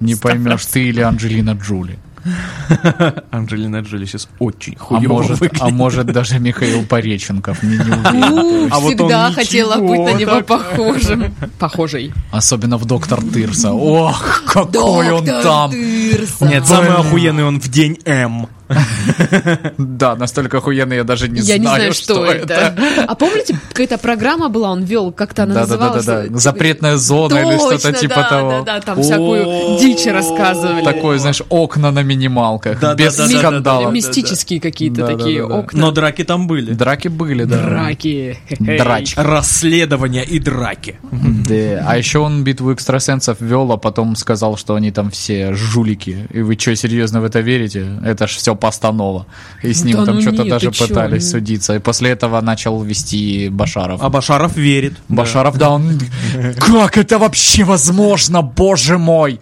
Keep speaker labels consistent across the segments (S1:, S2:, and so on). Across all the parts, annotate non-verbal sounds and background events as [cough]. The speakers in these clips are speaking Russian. S1: Не поймешь, ты или Анджелина Джули.
S2: Анджелина Джоли сейчас очень
S1: А
S2: хуёво
S1: может, а может даже Михаил Пореченков. Не, не уверен.
S3: У,
S2: А вот
S3: всегда
S2: он
S3: хотела
S2: ничего
S3: быть на него
S2: так.
S3: похожим. Похожей.
S1: Особенно в Доктор Тырса. Ох, какой он
S3: Доктор
S1: там!
S3: Тырса.
S2: Нет, самый охуенный он в день М.
S1: Да, настолько охуенно я даже не
S3: я
S1: знаю,
S3: не знаю, что, это. А помните, какая-то программа была, он вел, как-то она называлась?
S1: Да-да-да-да. Запретная зона или что-то
S3: Точно,
S1: типа
S3: да,
S1: того.
S3: Да, да, там
S2: О,
S3: всякую дичь рассказывали.
S1: Такое, знаешь, окна на минималках,
S2: Да, да,
S1: без
S2: да, да, да, да.
S1: скандалов.
S2: Ми-
S3: Мистические какие-то
S1: Да, да,
S3: такие
S1: да, да.
S3: окна.
S2: Но драки там были.
S1: Драки были, да.
S3: Драки. Хе-хей.
S1: Драчки.
S2: Расследования и драки.
S1: Да. А еще он битву экстрасенсов вел, а потом сказал, что они там все жулики. И вы что, серьезно в это верите? Это ж все постанова. И с
S3: Да
S1: ним там
S3: ну
S1: что-то
S3: нет,
S1: даже
S3: ты чё,
S1: пытались
S3: ну.
S1: судиться. И после этого начал вести Башаров.
S2: А Башаров верит.
S1: Башаров, да, он... Как это вообще возможно, боже мой?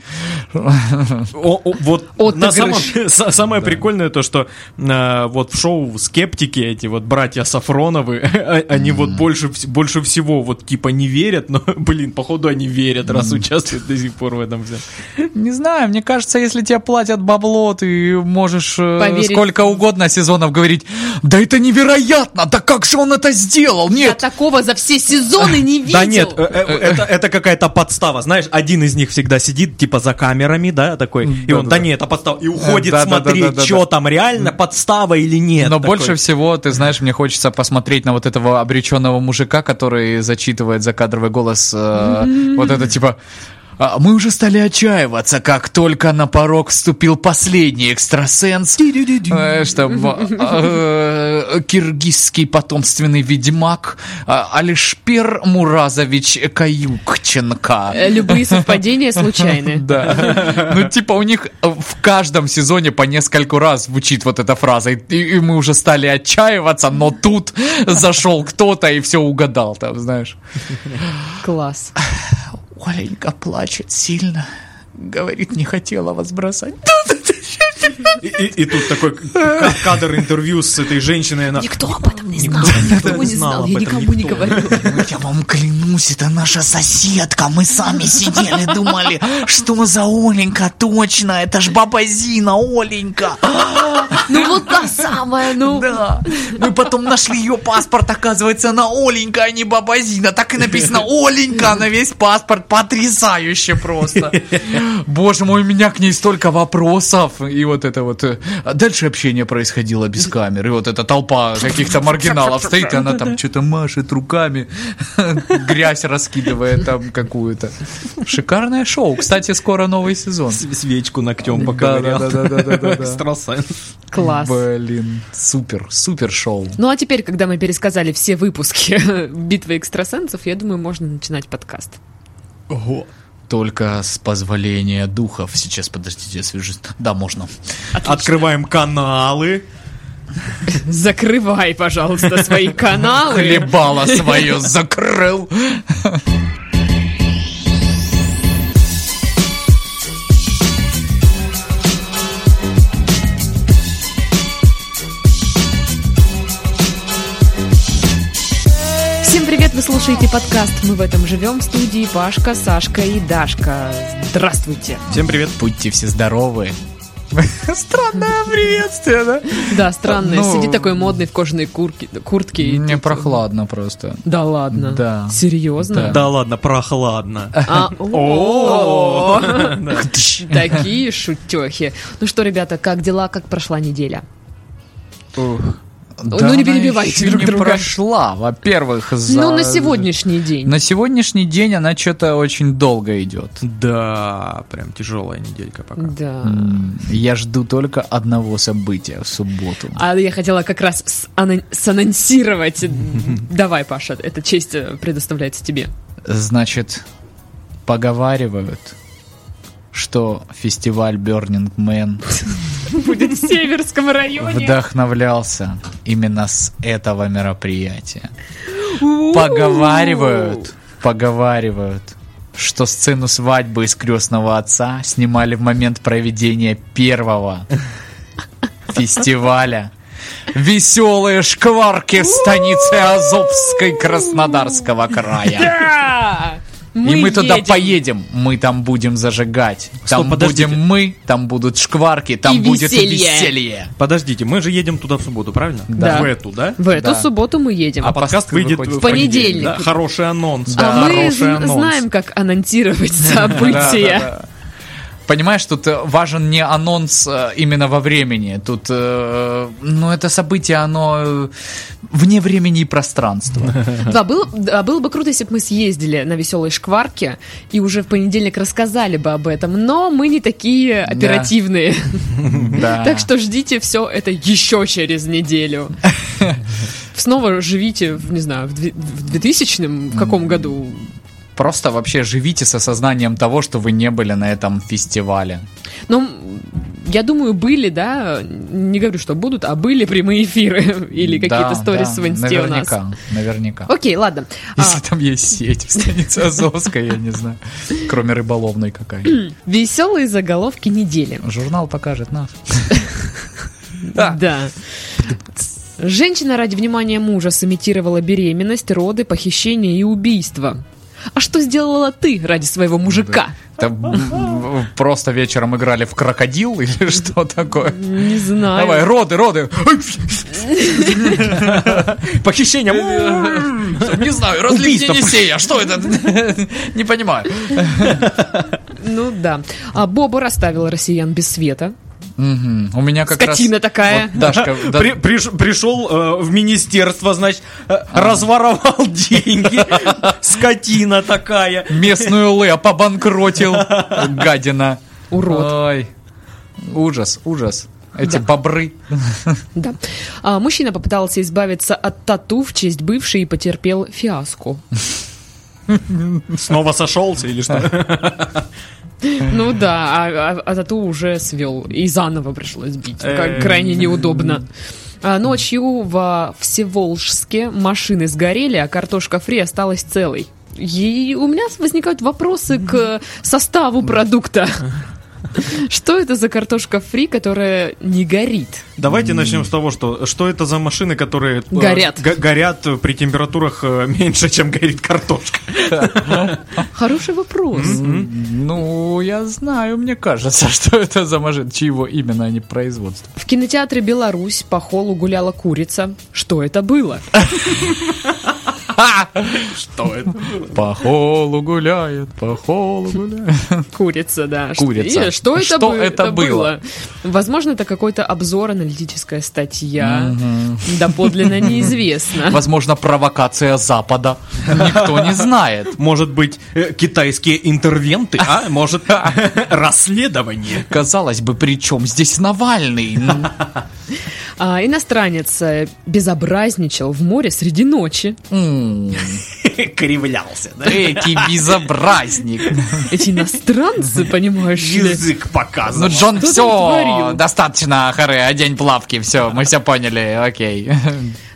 S2: О- о, вот
S3: Отыгрыш.
S2: на самом [laughs] деле, са- самое прикольное то, что э, вот в шоу скептики эти вот братья Сафроновы, [laughs] э, они вот больше вс- больше всего вот типа не верят, но [laughs] блин, походу они верят, раз участвуют до сих пор в этом всем.
S1: Не знаю, мне кажется, если тебе платят бабло, ты можешь э,
S3: Поверить.
S1: сколько угодно сезонов говорить, да это невероятно, да как же он это сделал?
S3: Я
S1: Нет,
S3: такого за все сезоны не видел.
S2: Да нет, э, э, это, это какая-то подстава, знаешь, один из них всегда сидит типа за камерами, да, такой, и он, да,
S1: да.
S2: не, это подстава, и уходит
S1: да, да, да,
S2: смотреть,
S1: да, да,
S2: что
S1: да.
S2: там реально подстава или нет.
S1: Но
S2: такой.
S1: больше всего, ты знаешь, мне хочется посмотреть на вот этого обреченного мужика, который зачитывает закадровый голос. э, вот это типа. «А, Мы уже стали отчаиваться, как только на порог вступил последний экстрасенс, э, что э, э, киргизский потомственный ведьмак э, Алишпер Муразович Каюкченко.
S3: Э, Любые совпадения [laughs] случайны.
S1: Да. Ну, типа, у них э, в каждом сезоне по нескольку раз звучит вот эта фраза. И, и мы уже стали отчаиваться, но тут зашел кто-то и все угадал, там, знаешь.
S3: Класс.
S1: Оленька плачет сильно. Говорит, не хотела вас бросать.
S2: И, и- и тут такой к- кадр интервью с этой женщиной, она...
S3: Никто об этом не
S2: Никто
S3: знал.
S2: об этом
S3: Никто
S2: не
S3: не
S2: знал,
S3: знал.
S2: об
S3: Я
S2: этом
S3: никому не
S2: никто.
S3: говорила.
S1: Я вам клянусь, это наша соседка. Мы сами сидели, думали, что за Оленька точно. Это ж баба Зина, Оленька.
S3: Ну вот та самая, ну.
S1: Да. Мы потом нашли ее паспорт, оказывается, она Оленька, а не Баба Зина. Так и написано Оленька на весь паспорт. Потрясающе просто. Боже мой, у меня к ней столько вопросов. И вот это вот... э, а Дальше общение происходило без камер. И вот эта толпа каких-то маргиналов стоит, и она там что-то машет руками, грязь раскидывает там какую-то. Шикарное шоу. Кстати, скоро новый сезон.
S2: с- свечку ногтем поковырял.
S1: Да-да-да-да-да-да.
S2: Экстрасенс.
S3: Класс.
S1: Блин, супер, супер шоу.
S3: Ну а теперь, когда мы пересказали все выпуски [laughs] «Битвы экстрасенсов», я думаю, можно начинать подкаст.
S1: Только с позволения духов. Сейчас, подождите, я свяжусь. Да, можно.
S2: Открываем каналы.
S3: Закрывай,
S1: [laughs]
S3: пожалуйста, свои каналы.
S1: Хлебало
S3: [laughs]
S1: свое закрыл.
S3: Всем привет, вы слушаете подкаст «Мы в этом живем» в студии Пашка, Сашка и Дашка. Здравствуйте.
S2: Всем привет.
S1: Будьте все
S3: [laughs]
S1: здоровы. Странное приветствие, да?
S3: Да, странно,
S1: Ну,
S3: сидит такой модный в кожаной курке, куртке. и
S1: Мне
S3: тут-
S1: прохладно просто.
S3: Да ладно?
S1: Да.
S3: Серьезно?
S2: Да ладно, прохладно.
S1: [laughs]
S3: А, [laughs] о,
S2: Да.
S3: Такие шутехи. Ну что, ребята, как дела, как прошла неделя?
S1: Да
S3: Ну, не
S1: она
S3: перебивайте
S1: ещё
S3: друг
S1: не
S3: друга.
S1: прошла, во-первых, за...
S3: Ну, на сегодняшний день.
S1: На сегодняшний день она что-то очень долго идет.
S2: Да, прям тяжелая неделька пока.
S3: Да.
S1: Я жду только одного события в субботу.
S3: А я хотела как раз с- анон- санонсировать. Давай, Паша, эта честь э, предоставляется тебе.
S1: Значит, поговаривают, что фестиваль Burning Man
S3: Будет в Северском районе.
S1: вдохновлялся именно с этого мероприятия.
S3: У-у-у.
S1: Поговаривают, поговаривают, что сцену свадьбы из крестного отца снимали в момент проведения первого фестиваля. Веселые шкварки в станице Азовской Краснодарского края.
S3: Да!
S1: и мы туда
S3: едем.
S1: поедем, мы там будем зажигать.
S2: Стоп,
S1: там
S2: подождите.
S1: будем мы, там будут шкварки, там
S3: И
S1: будет
S3: веселье.
S1: веселье.
S2: Подождите, мы же едем туда в субботу, правильно?
S3: Да.
S2: В эту, да?
S3: В эту
S1: Да.
S3: субботу мы едем.
S2: А подкаст выйдет в
S3: понедельник.
S2: Да, Хороший анонс.
S3: А мы
S2: Хороший
S3: зн-
S2: анонс.
S3: знаем, как анонсировать
S2: Да,
S3: события.
S2: да, да.
S1: Понимаешь, тут э, важен не анонс э, именно во времени. Тут, э, ну, это событие, оно э, вне времени и пространства.
S3: Да, было, да, было бы круто, если бы мы съездили на веселой шкварке и уже в понедельник рассказали бы об этом, но мы не такие оперативные.
S1: Да.
S3: Так что ждите все это еще
S1: [laughs]
S3: через неделю. Снова живите, в, не знаю, в две- в 2000 в каком году?
S1: Просто вообще живите с осознанием того, что вы не были на этом фестивале.
S3: Ну, м, я думаю, были, да, не говорю, что будут, а были прямые эфиры [laughs] или какие-то
S1: Да,
S3: сторис
S1: да,
S3: в инсте у нас.
S1: Наверняка, наверняка.
S3: Окей, ладно. А,
S1: Если там есть сеть [laughs] в станице Азовская, я не знаю. Кроме рыболовной какая
S3: [clears throat] веселые заголовки недели.
S1: Журнал покажет нас.
S3: Да. Женщина ради внимания мужа сымитировала беременность, роды, похищение и убийство. А что сделала ты ради
S1: Ну
S3: своего мужика?
S1: Это м, м, просто вечером играли в крокодил или [laughs] что такое?
S3: Не знаю.
S1: Давай, роды, роды. Похищение. Не знаю, разлить
S2: Убийство.
S1: Енисея. а Что это? [laughs] Не понимаю.
S3: Ну да. А Боба расставила россиян без света.
S1: Мгм. У меня как раз...
S3: Скотина такая.
S1: Вот Дашка, да,
S2: [laughs] При- приш- пришел э, в министерство, значит, э,
S3: А.
S2: разворовал [laughs] деньги. Скотина такая.
S1: местную лэ побанкротил. Гадина.
S3: Урод.
S1: Ой. Ужас, ужас. Эти бобры.
S3: Да. А, мужчина попытался избавиться от тату в честь бывшей и потерпел фиаско.
S2: Снова сошелся или что?
S3: Ну да, а, а- а тату уже свел. И заново пришлось бить. Как
S1: Э,
S2: Эм.
S3: крайне неудобно. А, Ночью во Всеволжске машины сгорели, а картошка фри осталась целой. И у меня возникают вопросы к составу
S1: [laughs]
S3: продукта. Что это за картошка фри, которая не горит?
S2: Давайте начнем с того, что что это за машины, которые э,
S3: Горят.
S2: г- горят э, при температурах э, меньше, чем горит картошка.
S3: Хороший вопрос.
S1: Ну, я знаю, мне кажется, [laughs] что это за машина, чьего именно они производство.
S3: В кинотеатре «Беларусь» по холлу гуляла курица. Что это было?
S2: Что это?
S1: По холу гуляет, по холу гуляет.
S3: Курица, да. Что-
S1: Курица.
S3: и что это,
S1: Что
S3: бы-
S1: это
S3: было? Возможно, это какой-то обзор, аналитическая статья.
S1: [laughs]
S3: Доподлинно неизвестно.
S1: Возможно, провокация Запада. Никто не знает.
S2: Может быть, э, китайские интервенты, а? [laughs] Может, расследование?
S1: Казалось бы, при чем здесь Навальный? Ну,
S3: А, иностранец э, безобразничал в море среди ночи.
S1: м,
S2: Кривлялся, да?
S1: Эти безобразник. [laughs]
S3: Эти иностранцы, понимаешь ли?
S1: Ну,
S2: показывал.
S1: Джон,
S3: Кто там
S1: все,
S3: творил?
S1: достаточно, хоры, одень плавки, все, мы все поняли, окей.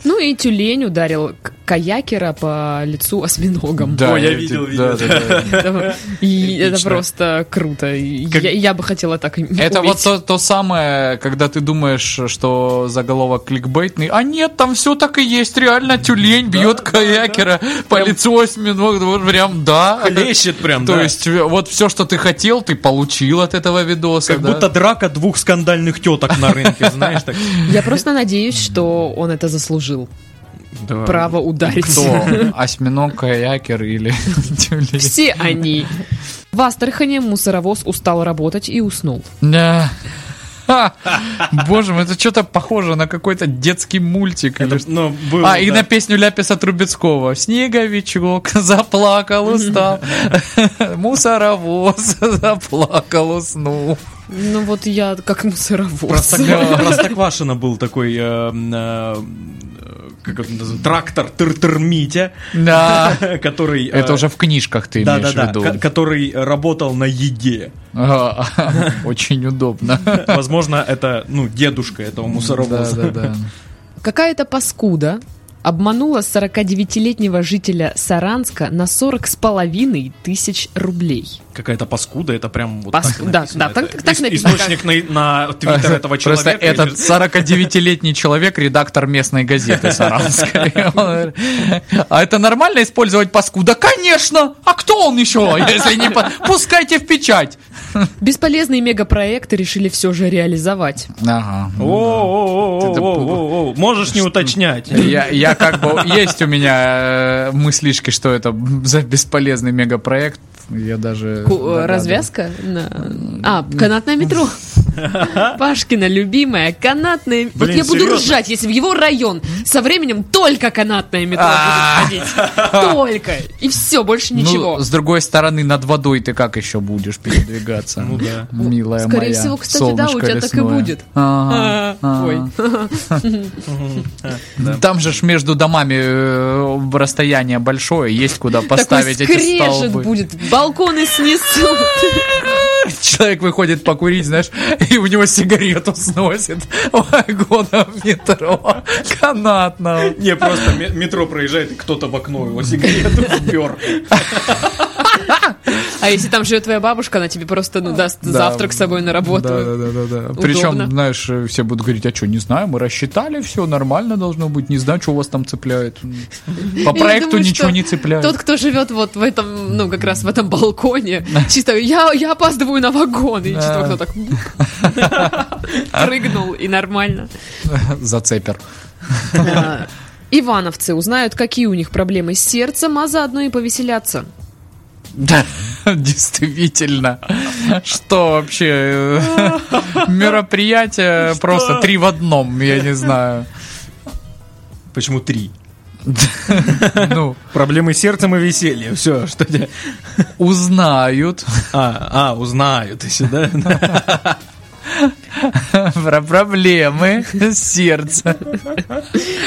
S3: Ну и тюлень ударил к- каякера по лицу осьминогом.
S1: Да,
S2: Ой, я
S1: эти-
S2: видел,
S1: да,
S2: видел.
S1: да, да.
S2: [laughs]
S3: Это- И это
S2: Отлично.
S3: просто круто. И
S2: Как-
S3: Я я бы хотела так и
S1: Это вот
S3: уметь.
S1: то, то самое, когда ты думаешь, что заголовок кликбейтный, а нет, там все так и есть, реально тюлень бьет каякера по лицу осьминог, вот прям да.
S2: Лещет прям,
S1: То
S2: да.
S1: есть э, вот все, что ты хотел, ты получил от этого видоса.
S2: Как
S1: да.
S2: будто драка двух скандальных теток на
S1: [laughs]
S2: рынке, знаешь, так.
S3: Я просто надеюсь, что он это заслужил. Право
S2: [laughs]
S3: ударить.
S1: Кто? Осьминог, каякер или [laughs] тюлень?
S3: Все они. В Астрахани мусоровоз устал работать и уснул.
S1: Да. Ха. Боже мой, это что-то похоже на какой-то детский мультик. или
S2: Это,
S1: что.
S2: ну, было,
S1: А, и
S2: да.
S1: на песню Ляписа Трубецкого. Снеговичок [laughs] заплакал,
S2: [laughs]
S1: устал. [laughs] Мусоровоз [laughs] заплакал, уснул.
S3: Ну вот я как мусоровоз.
S2: Простоква- Простоквашино был такой, э, м, э, как это называется, трактор тыр Митя, [laughs]
S1: Да.
S2: который... э,
S1: Это уже в книжках ты
S2: да,
S1: имеешь
S2: да,
S1: в
S2: да,
S1: виду.
S2: ко- который работал
S1: [laughs]
S2: на еде.
S1: Ага. [laughs] Очень удобно.
S2: Возможно, это ну дедушка этого
S1: Да,
S2: мусоровоза.
S1: да, да.
S3: Какая-то паскуда обманула 49-летнего жителя Саранска на 40 с половиной тысяч рублей.
S2: Какая-то паскуда, это прям вот
S3: Пас-
S2: так
S3: да,
S2: написано.
S3: да, так-
S2: Это
S3: так- так
S2: ис-
S3: написано.
S2: Источник на, на твиттер этого человека.
S1: Просто этот
S2: или-
S1: 49-летний человек, редактор местной газеты Саранской. Он говорит, А это нормально использовать паскуда? Конечно! А кто он еще, если не... па- Пускайте в печать!
S3: Бесполезные мегапроекты решили все же реализовать.
S1: Ага.
S2: О-о-о-о-о-о-о-о. Можешь не уточнять.
S1: Я, я как бы... Есть у меня э, мыслишки, что это за бесполезный мегапроект. Я даже...
S3: Ку- э,
S1: догадываюсь.
S3: развязка? на- А, канатное метро. Пашкина любимая канатное... вот
S2: Блин,
S3: я буду
S2: серьезно?
S3: ржать, если в его район со временем только канатное метро будет ходить. Только. И все, больше
S1: Ну,
S3: ничего.
S1: с другой стороны, над водой ты как еще будешь передвигаться?
S2: Ну да.
S1: Милая
S3: Скорее
S1: моя,
S3: всего, кстати, да, у
S1: солнышко
S3: тебя так и
S1: лесное.
S3: будет.
S1: Ага,
S3: А,
S1: ага.
S3: Ой.
S1: Там же ж между домами э, расстояние большое, есть куда
S3: Такой
S1: поставить эти
S3: скрежет
S1: столбы.
S3: будет. Балконы снесут.
S1: [laughs] Человек выходит покурить, знаешь, и у него сигарету сносит вагоном метро канатного.
S2: Не, просто ме- метро проезжает, и кто-то в окно его сигарету впер.
S3: А если там живет твоя бабушка, она тебе просто ну, даст
S1: Да.
S3: завтрак с собой на работу.
S1: Да, да, да, да, да. Причем,
S3: Удобно.
S1: знаешь, э, все будут говорить, а что, не знаю, мы рассчитали, все нормально должно быть, не знаю, что у вас там цепляет. По
S3: Я
S1: проекту
S3: думаю,
S1: ничего
S3: что
S1: не цепляет.
S3: Тот, кто живет вот в этом, ну, как раз в этом балконе, чисто я, я опаздываю на вагон, и чисто
S1: Да.
S3: кто так
S1: [laughs]
S3: прыгнул, и нормально.
S1: Зацепер.
S3: А, Ивановцы узнают, какие у них проблемы с сердцем, а заодно и повеселятся.
S1: Да, [laughs] действительно. Что
S3: [laughs]
S1: вообще? э, Мероприятие просто три в одном, я не знаю.
S2: Почему три?
S1: Ну,
S2: Проблемы с сердцем и весельем. Все, что тебе-
S1: узнают. [laughs]
S2: А, а, узнают, если, да?
S1: Про проблемы сердца.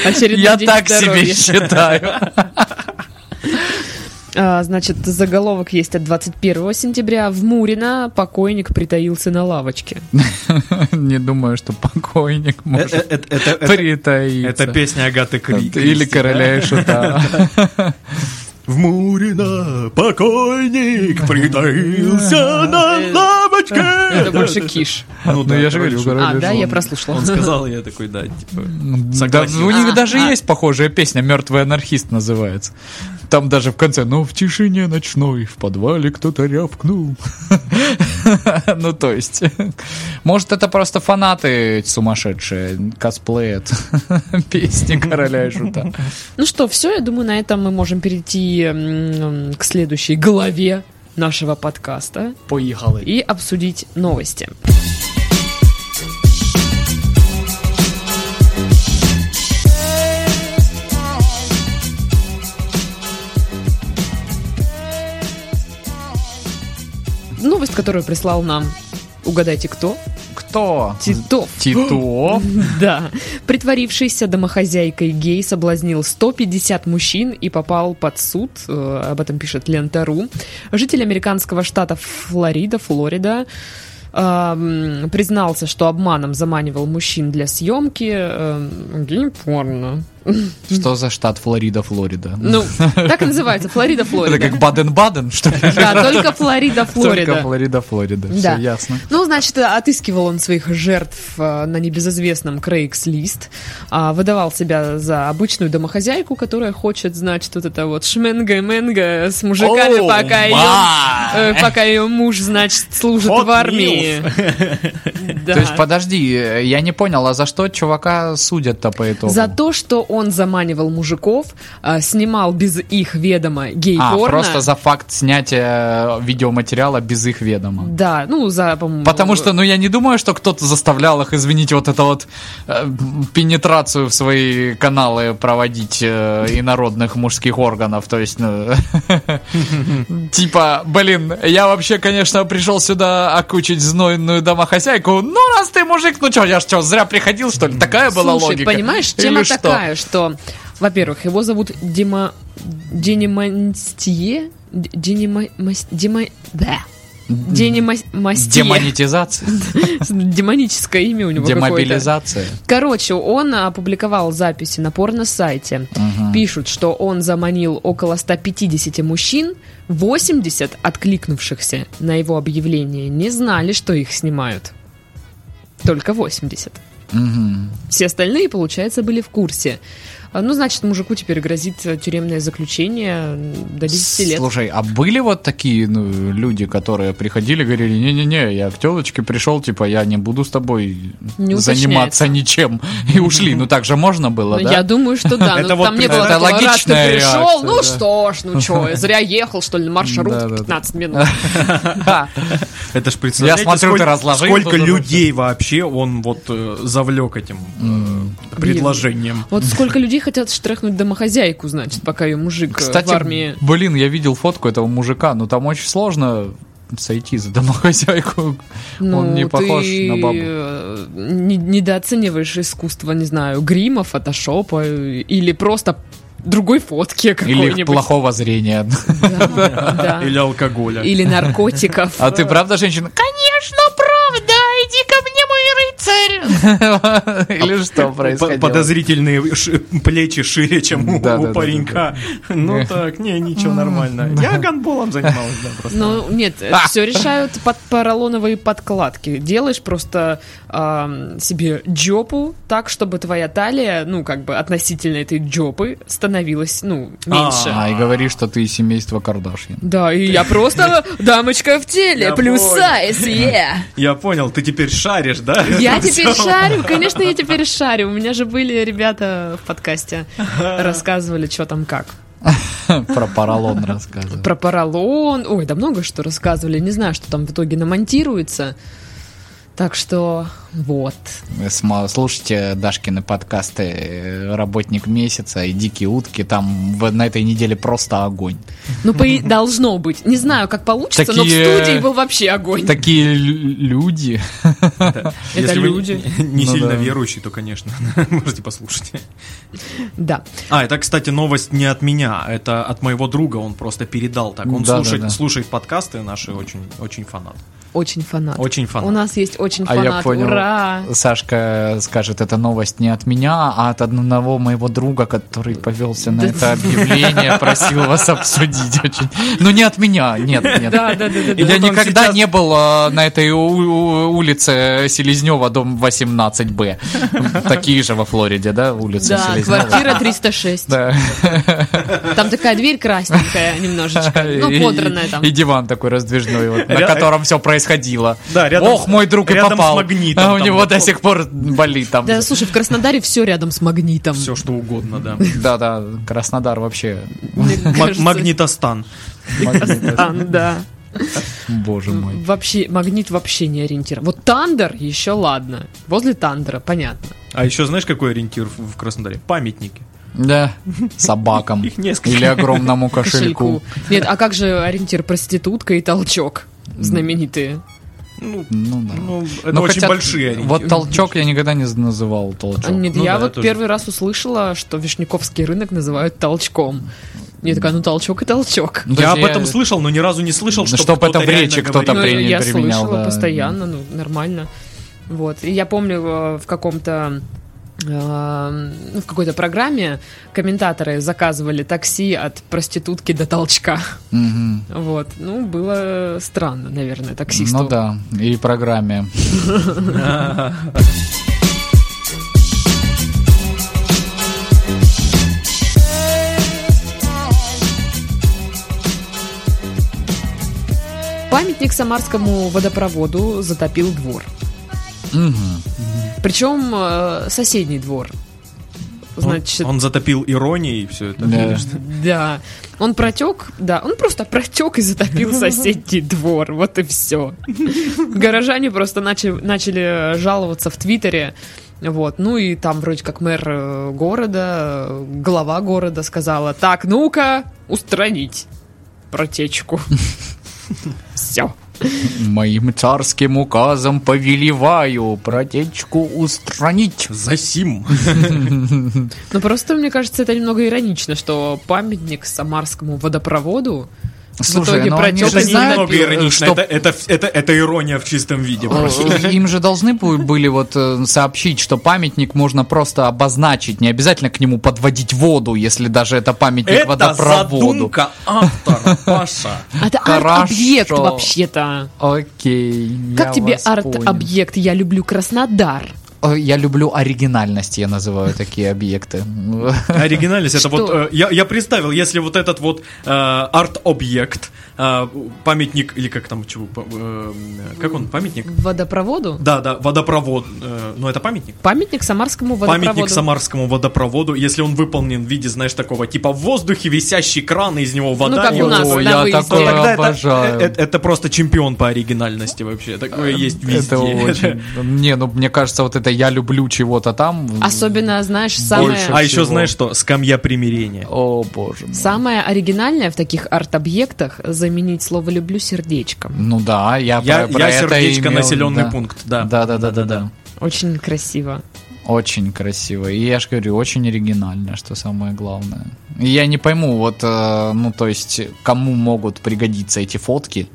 S3: Очередной
S1: Я
S3: день
S1: так
S3: здоровья.
S1: себе
S3: [laughs]
S1: считаю.
S3: А, значит, заголовок есть от 21 сентября. В Мурино покойник притаился на лавочке.
S1: Не думаю, что покойник
S2: Э, э,
S1: может
S2: э, Это это-
S1: притаиться.
S2: это песня Агаты Кри- Кристи.
S1: Или короля и шута.
S2: В Мурино покойник притаился на лавочке.
S3: Это больше киш.
S2: Ну
S1: Ну,
S2: да,
S1: я же
S2: короче,
S1: говорю, король
S3: А,
S1: и
S3: да,
S1: шут.
S3: я прослушала.
S2: Он сказал, я такой, да, типа,
S1: Да,
S2: согласен.
S1: у них
S3: А,
S1: даже
S3: а.
S1: есть похожая песня «Мертвый анархист» называется. Там даже в конце, ну, в тишине ночной в подвале кто-то рявкнул. [laughs] Ну, то есть, может, это просто фанаты сумасшедшие косплеят [laughs] песни короля и шута.
S3: Ну что, все, я думаю, на этом мы можем перейти м, к следующей главе нашего подкаста
S1: Поехали.
S3: и обсудить новости. Новость, которую прислал нам, угадайте кто?
S1: Кто?
S3: Титов.
S1: Титов.
S3: [laughs] Да. Притворившийся домохозяйкой гей соблазнил 150 мужчин и попал под суд. Э, Об этом пишет Лента.ру. Житель американского штата Флорида, Флорида, эм, признался, что обманом заманивал мужчин для съемки. эм, Гей-порно.
S1: Что за штат Флорида, Флорида? [laughs]
S3: Ну, так и называется. Флорида,
S1: Это
S3: Флорида.
S1: как Баден-Баден, что ли?
S3: Да, только Флорида,
S1: Только
S3: Флорида.
S1: Флорида, Флорида.
S3: Да.
S1: Все ясно.
S3: Ну, значит, отыскивал он своих жертв э, на небезызвестном Craigslist, а, выдавал себя за обычную домохозяйку, которая хочет, значит, вот это вот шменга-менга с мужиками,
S1: О,
S3: пока
S1: май!
S3: ее, э, пока ее муж, значит, служит
S2: Hot
S3: в армии. [laughs] Да.
S1: То есть, подожди, э, я не понял, а за что чувака судят-то по итогу?
S3: За то, что он заманивал мужиков, а, снимал без их ведома
S1: А,
S3: гей-порно.
S1: просто за факт снятия э, видеоматериала без их ведома.
S3: Да, ну, за, по-моему...
S1: Потому что, ну, я не думаю, что кто-то заставлял их, извините, вот это вот э, пенетрацию в свои каналы проводить э, инородных мужских органов. То есть, ну, [laughs] типа, блин, я вообще, конечно, пришел сюда окучить знойную домохозяйку. Ну, раз ты мужик, ну что, я что, зря приходил, что ли? Такая была
S3: Слушай,
S1: логика.
S3: понимаешь,
S1: Или
S3: тема
S1: что?
S3: такая, что, во-первых, его зовут Дима... Денимастье? Динима... Дима... Да. Денемастия.
S1: Демонетизация.
S3: Демоническое имя у него какое-то.
S1: Демобилизация.
S3: Короче, он опубликовал записи на порно-сайте. Пишут, что он заманил около 150 мужчин, 80 откликнувшихся на его объявление не знали, что их снимают. Только 80.
S1: Мгм.
S3: Все остальные, получается, были в курсе. А, Ну, значит, мужику теперь грозит э, тюремное заключение м, до 10 лет.
S1: Слушай, а были вот такие ну, люди, которые приходили, говорили, не-не-не, я к телочке пришел, типа, я не буду с тобой
S3: Не
S1: заниматься ничем, и ушли. Ну так же можно было,
S3: Ну,
S1: да?
S3: Я думаю,
S1: [laughs]
S3: что да.
S2: Это
S3: Ну,
S2: вот
S3: там не
S1: это
S3: было такого, раз ты
S1: логичная реакция,
S3: пришел, ну
S1: да.
S3: что ж, ну
S1: [laughs]
S3: что, я зря ехал, что ли, на
S1: Да, да, да. [laughs]
S3: маршрут 15 минут.
S1: Ха.
S2: Это ж представляете,
S1: Я смотрю, ты
S2: сколько,
S1: разложил
S2: сколько
S1: тут это
S2: людей вообще он вот э, завлек этим э, предложением.
S3: Вот сколько людей хотят штрехнуть домохозяйку, значит, пока ее мужик э, в армии.
S1: Кстати, блин, я видел фотку этого мужика, но там очень сложно сойти за
S3: [laughs]
S1: домохозяйку. Он не похож
S3: Ну, ты,
S1: на бабу.
S3: э, не- недооцениваешь искусство, не знаю, грима, фотошопа э, или просто другой фотки
S1: Или
S3: какой-нибудь.
S1: плохого зрения.
S3: Да,
S1: [laughs]
S3: да.
S2: Или алкоголя.
S3: Или наркотиков.
S1: А ты правда
S3: [laughs]
S1: женщина? Конечно, правда! Иди ко мне, мой рыцарь! Или что
S2: П-
S1: происходило?
S2: Подозрительные ши- плечи шире, чем у,
S1: Да,
S2: у
S1: да, да,
S2: паренька. [laughs] Ну так, не, ничего, нормально. Я гандболом занималась, да, просто.
S3: Ну, нет, все решают под поролоновые подкладки. Делаешь просто ам, себе джопу так, чтобы твоя талия, ну, как бы относительно этой джопы становилась, ну, меньше.
S1: А, и говоришь, что ты из семейства Кардашьян. [laughs]
S3: Да, и я просто дамочка в теле,
S2: Я
S3: плюс
S2: понял.
S3: сайз, yeah.
S2: Я понял, ты теперь шаришь, да?
S3: Я
S2: Это
S3: теперь
S2: всё?
S3: шарю, конечно, я теперь шарю. У меня же были ребята в подкасте, рассказывали, что там как.
S1: Про поролон рассказывал.
S3: Про поролон. Ой, да много что рассказывали. Не знаю, что там в итоге намонтируется. Так что вот.
S1: Сма- Слушайте Дашкины подкасты э, «Работник месяца» и «Дикие утки». Там в- на этой неделе просто огонь.
S3: Ну,
S1: [laughs]
S3: по и- должно быть. Не знаю, как получится, но в
S1: Такие-
S3: студии был вообще огонь.
S1: Такие лю- люди.
S3: Это
S2: Если вы
S3: люди.
S2: Не
S1: Ну
S2: сильно
S1: да.
S2: верующий, то, конечно, [laughs] можете послушать.
S3: Да.
S2: А, это, кстати, новость не от меня, это от моего друга, он просто передал так. Он
S1: Да, да,
S2: слушает,
S1: да.
S2: слушает подкасты наши, очень, очень фанат.
S3: Очень фанат.
S2: Очень
S3: У
S2: фанат.
S3: нас есть очень
S1: А
S3: фанат.
S1: я понял,
S3: Ура!
S1: Сашка скажет, это новость не от меня, а от одного моего друга, который повелся на
S3: Да.
S1: это объявление, просил вас обсудить очень. Ну не от меня,
S3: [laughs]
S1: нет, нет.
S3: Да, да, да, да.
S1: И Я
S2: Вот он
S1: никогда
S2: сейчас-
S1: не был э, на этой у- у- улице Селезнева, дом 18Б. Такие же во Флориде, да, улица
S3: Да,
S1: Селезнева.
S3: квартира 306.
S1: Да.
S3: Там такая дверь красненькая немножечко.
S1: И-
S3: Ну, подранная там.
S1: И диван такой раздвижной, вот, на
S2: Ря-
S1: котором все происходило.
S2: Да, рядом
S1: Ох,
S2: с-
S1: мой друг и
S2: рядом с
S1: попал.
S2: магнитом
S1: А у
S2: там
S1: него
S2: вот-
S1: до
S2: [laughs]
S1: сих пор болит там.
S3: Да, слушай, в Краснодаре все рядом с магнитом.
S2: Все что угодно, да.
S1: Да, да, Краснодар вообще.
S3: Мне
S2: Маг-
S3: кажется.
S2: Магнитостан.
S3: А, да.
S1: Боже мой.
S3: Вообще, магнит вообще не ориентир. Вот Тандер еще ладно. Возле Тандера, понятно.
S2: А еще знаешь, какой ориентир в в Краснодаре? Памятники.
S1: Да. Собакам.
S2: Их несколько.
S1: Или огромному кошельку.
S3: Нет, а как же ориентир проститутка и толчок? Знаменитые.
S2: Ну,
S1: Ну да.
S2: ну, это
S1: Ну,
S2: очень
S1: хотя
S2: большие ориентиры.
S1: Вот толчок я никогда не называл толчок.
S3: А, Нет,
S2: ну
S3: я
S2: да,
S3: вот
S2: тоже.
S3: первый раз услышала, что Вишняковский рынок называют толчком. Я такая, ну толчок и толчок.
S1: Ну, то
S2: я
S1: есть
S2: об этом слышал, но ни разу не слышал,
S1: Ну,
S2: что
S1: чтоб это в речи кто-то
S3: Ну,
S1: при- не
S3: я
S1: применял,
S3: слышала
S1: да.
S3: постоянно, ну, нормально. Вот. И я помню э, в каком-то э, ну, в какой-то программе комментаторы заказывали такси от проститутки до толчка.
S1: Мгм.
S3: Вот. Ну, было странно, наверное, таксисту.
S1: Ну да, и программе.
S3: Памятник самарскому водопроводу затопил двор.
S1: Мгм.
S3: Причем э, соседний двор.
S1: Ну,
S2: Он-
S3: Ну, Значит,
S2: он, затопил иронией все это.
S1: Да.
S3: да. Он протек, да, он просто протек и [laughs] затопил соседний двор. Вот и все. Горожане просто начали, начали жаловаться в Твиттере. Вот, ну и там вроде как мэр э, города, э, глава города сказала, так, ну-ка, устранить протечку. [laughs] Все.
S1: Моим царским указом повелеваю протечку устранить.
S2: Засим.
S3: Ну просто, мне кажется, это немного иронично, что памятник самарскому водопроводу
S1: Слушай,
S3: итоге
S1: ну они
S3: протёк
S1: же
S2: Это
S3: не
S1: знают,
S2: немного иронично.
S1: что
S2: Это, это, это, это ирония в чистом виде просто.
S1: И- Им же должны бу- были вот э, сообщить, что памятник можно просто обозначить, не обязательно к нему подводить воду, если даже это памятник
S2: Это
S1: водопроводу.
S2: задумка автора, Паша.
S3: Это
S1: Хорошо.
S3: арт-объект вообще-то.
S1: Окей.
S3: Как
S1: я
S3: тебе
S1: вас понял.
S3: арт-объект? Я люблю Краснодар.
S1: Ой, Я люблю оригинальность, я называю такие объекты.
S2: Оригинальность это
S3: Что?
S2: вот э, я, я представил, если вот этот вот э, арт-объект, э, памятник или как там чего, по- э, как он памятник?
S3: Водопроводу?
S2: Да, да, водопровод. э, ну это памятник.
S3: Памятник Самарскому водопроводу.
S2: Памятник Самарскому водопроводу, если он выполнен в виде, знаешь, такого типа в воздухе висящий кран, и из него вода.
S3: Ну, как
S2: и
S3: А у нас
S2: вот-
S3: на
S1: Ой, я
S3: выезде.
S1: такое
S2: Тогда это-
S1: обожаю. Э,
S2: э, э, Это, просто чемпион по оригинальности вообще. Такое есть везде.
S1: Это
S2: [laughs]
S1: очень... Не, ну мне кажется, вот это я люблю чего-то там.
S3: Особенно, знаешь,
S1: Больше.
S3: самое,
S2: А еще
S1: всего.
S2: знаешь что? Скамья примирения.
S1: О, боже мой.
S3: самое оригинальное в таких арт-объектах заменить слово «люблю» сердечком.
S1: Ну да, я,
S2: Я,
S1: про, про
S2: я
S1: это
S2: сердечко
S1: имел,
S2: населенный
S1: да.
S2: пункт, да.
S1: Да, да, да, да, да.
S3: Очень красиво.
S1: Очень красиво. И я же говорю, очень оригинально, что самое главное. И я не пойму, вот, э, ну, то есть, кому могут пригодиться эти фотки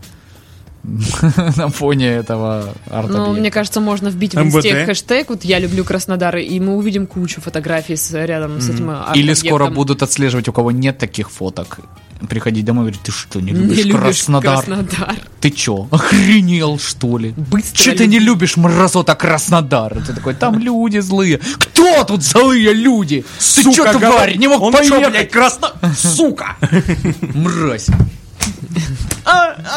S1: [laughs] на фоне этого арт
S3: Ну, мне кажется, можно вбить в
S2: МВД.
S3: инсте хэштег «Вот я люблю Краснодар», и мы увидим кучу фотографий с, рядом с этим э, арт
S1: Или скоро будут отслеживать, у кого нет таких фоток. Приходить домой и говорить, ты что, не любишь
S3: [laughs] Не любишь
S1: Краснодар?
S3: Краснодар.
S1: Ты чё, охренел, что ли?
S3: Быстро
S1: Че ты не
S3: люби.
S1: любишь мразота Краснодар? Ты такой, там люди злые. Кто тут злые люди? ты чё,
S2: говорю,
S1: тварь, не мог
S2: он чё,
S1: поехать?
S2: блядь, красно... Сука!
S1: Мразь.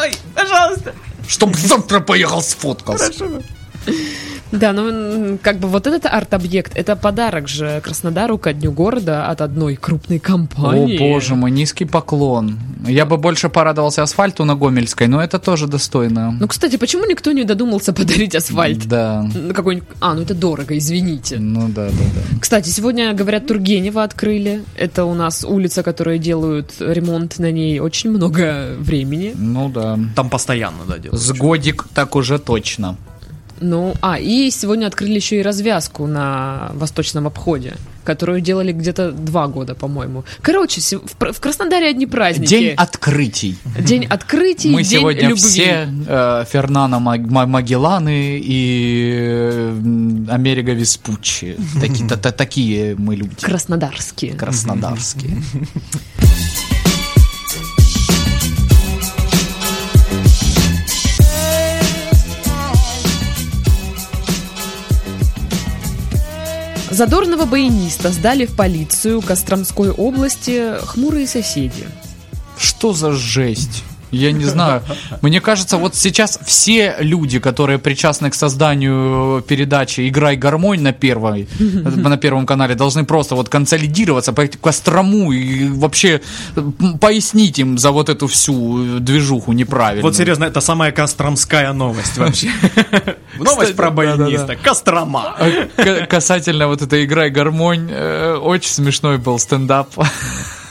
S2: Ай, пожалуйста.
S1: Чтоб завтра поехал сфоткался.
S3: Да, ну м, как бы вот этот арт-объект это подарок же Краснодару ко дню города от одной крупной
S1: О
S3: компании.
S1: боже мой, низкий поклон. Я бы больше порадовался асфальту на Гомельской, но это тоже достойно.
S3: Ну, кстати, почему никто не додумался подарить асфальт?
S1: Да.
S3: Ну, Какой-нибудь. А, ну это дорого, извините.
S1: Ну да, да, да.
S3: Кстати, сегодня, говорят, Тургенева открыли. Это у нас улица, которая делают ремонт на ней очень много времени.
S1: Ну да.
S2: Там постоянно, да, делают.
S1: С годик так уже точно.
S3: Ну, а, и сегодня открыли еще и развязку на восточном обходе, которую делали где-то два года, по-моему. Короче, се- в, Пр- в Краснодаре одни праздники.
S1: День открытий.
S3: День открытий,
S1: Мы
S3: день
S1: сегодня
S3: любви.
S1: все э, Фернана Маг- Ма- Магелланы и э, м, Америка Веспуччи. Таки- та- та- Такие мы люди.
S3: Краснодарские.
S1: Краснодарские.
S3: Задорного баяниста сдали в полицию Костромской области хмурые соседи.
S1: Что за жесть? Я не знаю. Мне кажется, вот сейчас все люди, которые причастны к созданию передачи «Играй гармонь» на
S3: [laughs]
S1: первой, на первом канале, должны просто вот консолидироваться, поехать к Кострому и вообще м, пояснить им за вот эту всю э, движуху неправильно.
S2: Вот серьезно, это самая костромская
S1: [laughs]
S2: новость вообще. Новость про баяниста. Кострома.
S1: А Касательно вот этой «Играй гармонь», э, очень смешной был стендап. [laughs]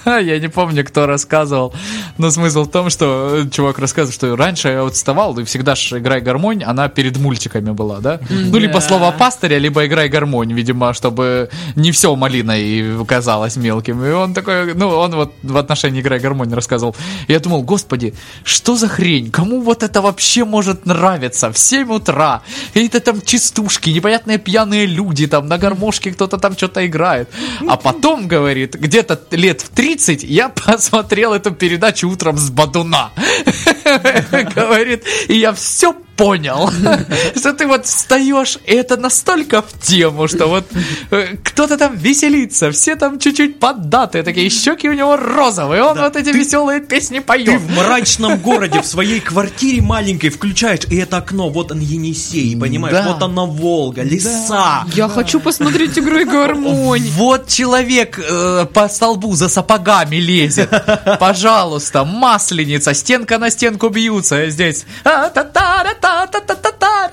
S1: Я не помню, кто рассказывал, но смысл в том, что э, чувак рассказывал, что раньше я вот вставал, и всегда ж «Играй гармонь», она перед мультиками была, да? Ну, либо
S3: Да.
S1: «Слова пастыря», либо «Играй гармонь», видимо, чтобы не все малиной казалось мелким. И он такой, ну, он вот в отношении «Играй гармонь» рассказывал. Я думал, господи, что за хрень? Кому вот это вообще может нравиться? В 7 утра какие-то там частушки, непонятные пьяные люди, там на гармошке кто-то там что-то играет. А потом, говорит, где-то лет в 30 я [laughs] посмотрел эту передачу утром с Бадуна. [laughs] Говорит, и я все понял, [laughs] что ты вот встаешь, и это настолько в тему, что вот э, кто-то там веселится, все там чуть-чуть поддатые, такие щеки у него розовые, он вот эти веселые песни
S2: Ты
S1: поет.
S2: в мрачном городе, в своей квартире маленькой включаешь, и это окно, вот он Енисей, понимаешь,
S1: Да.
S2: вот она Волга, леса.
S3: Я хочу посмотреть игру и гармонь.
S1: Вот человек э, по столбу за сапогами лезет. Пожалуйста, масленица, стенка на стенку бьются здесь. а, А-та-та-ра-та-та-та-та-та.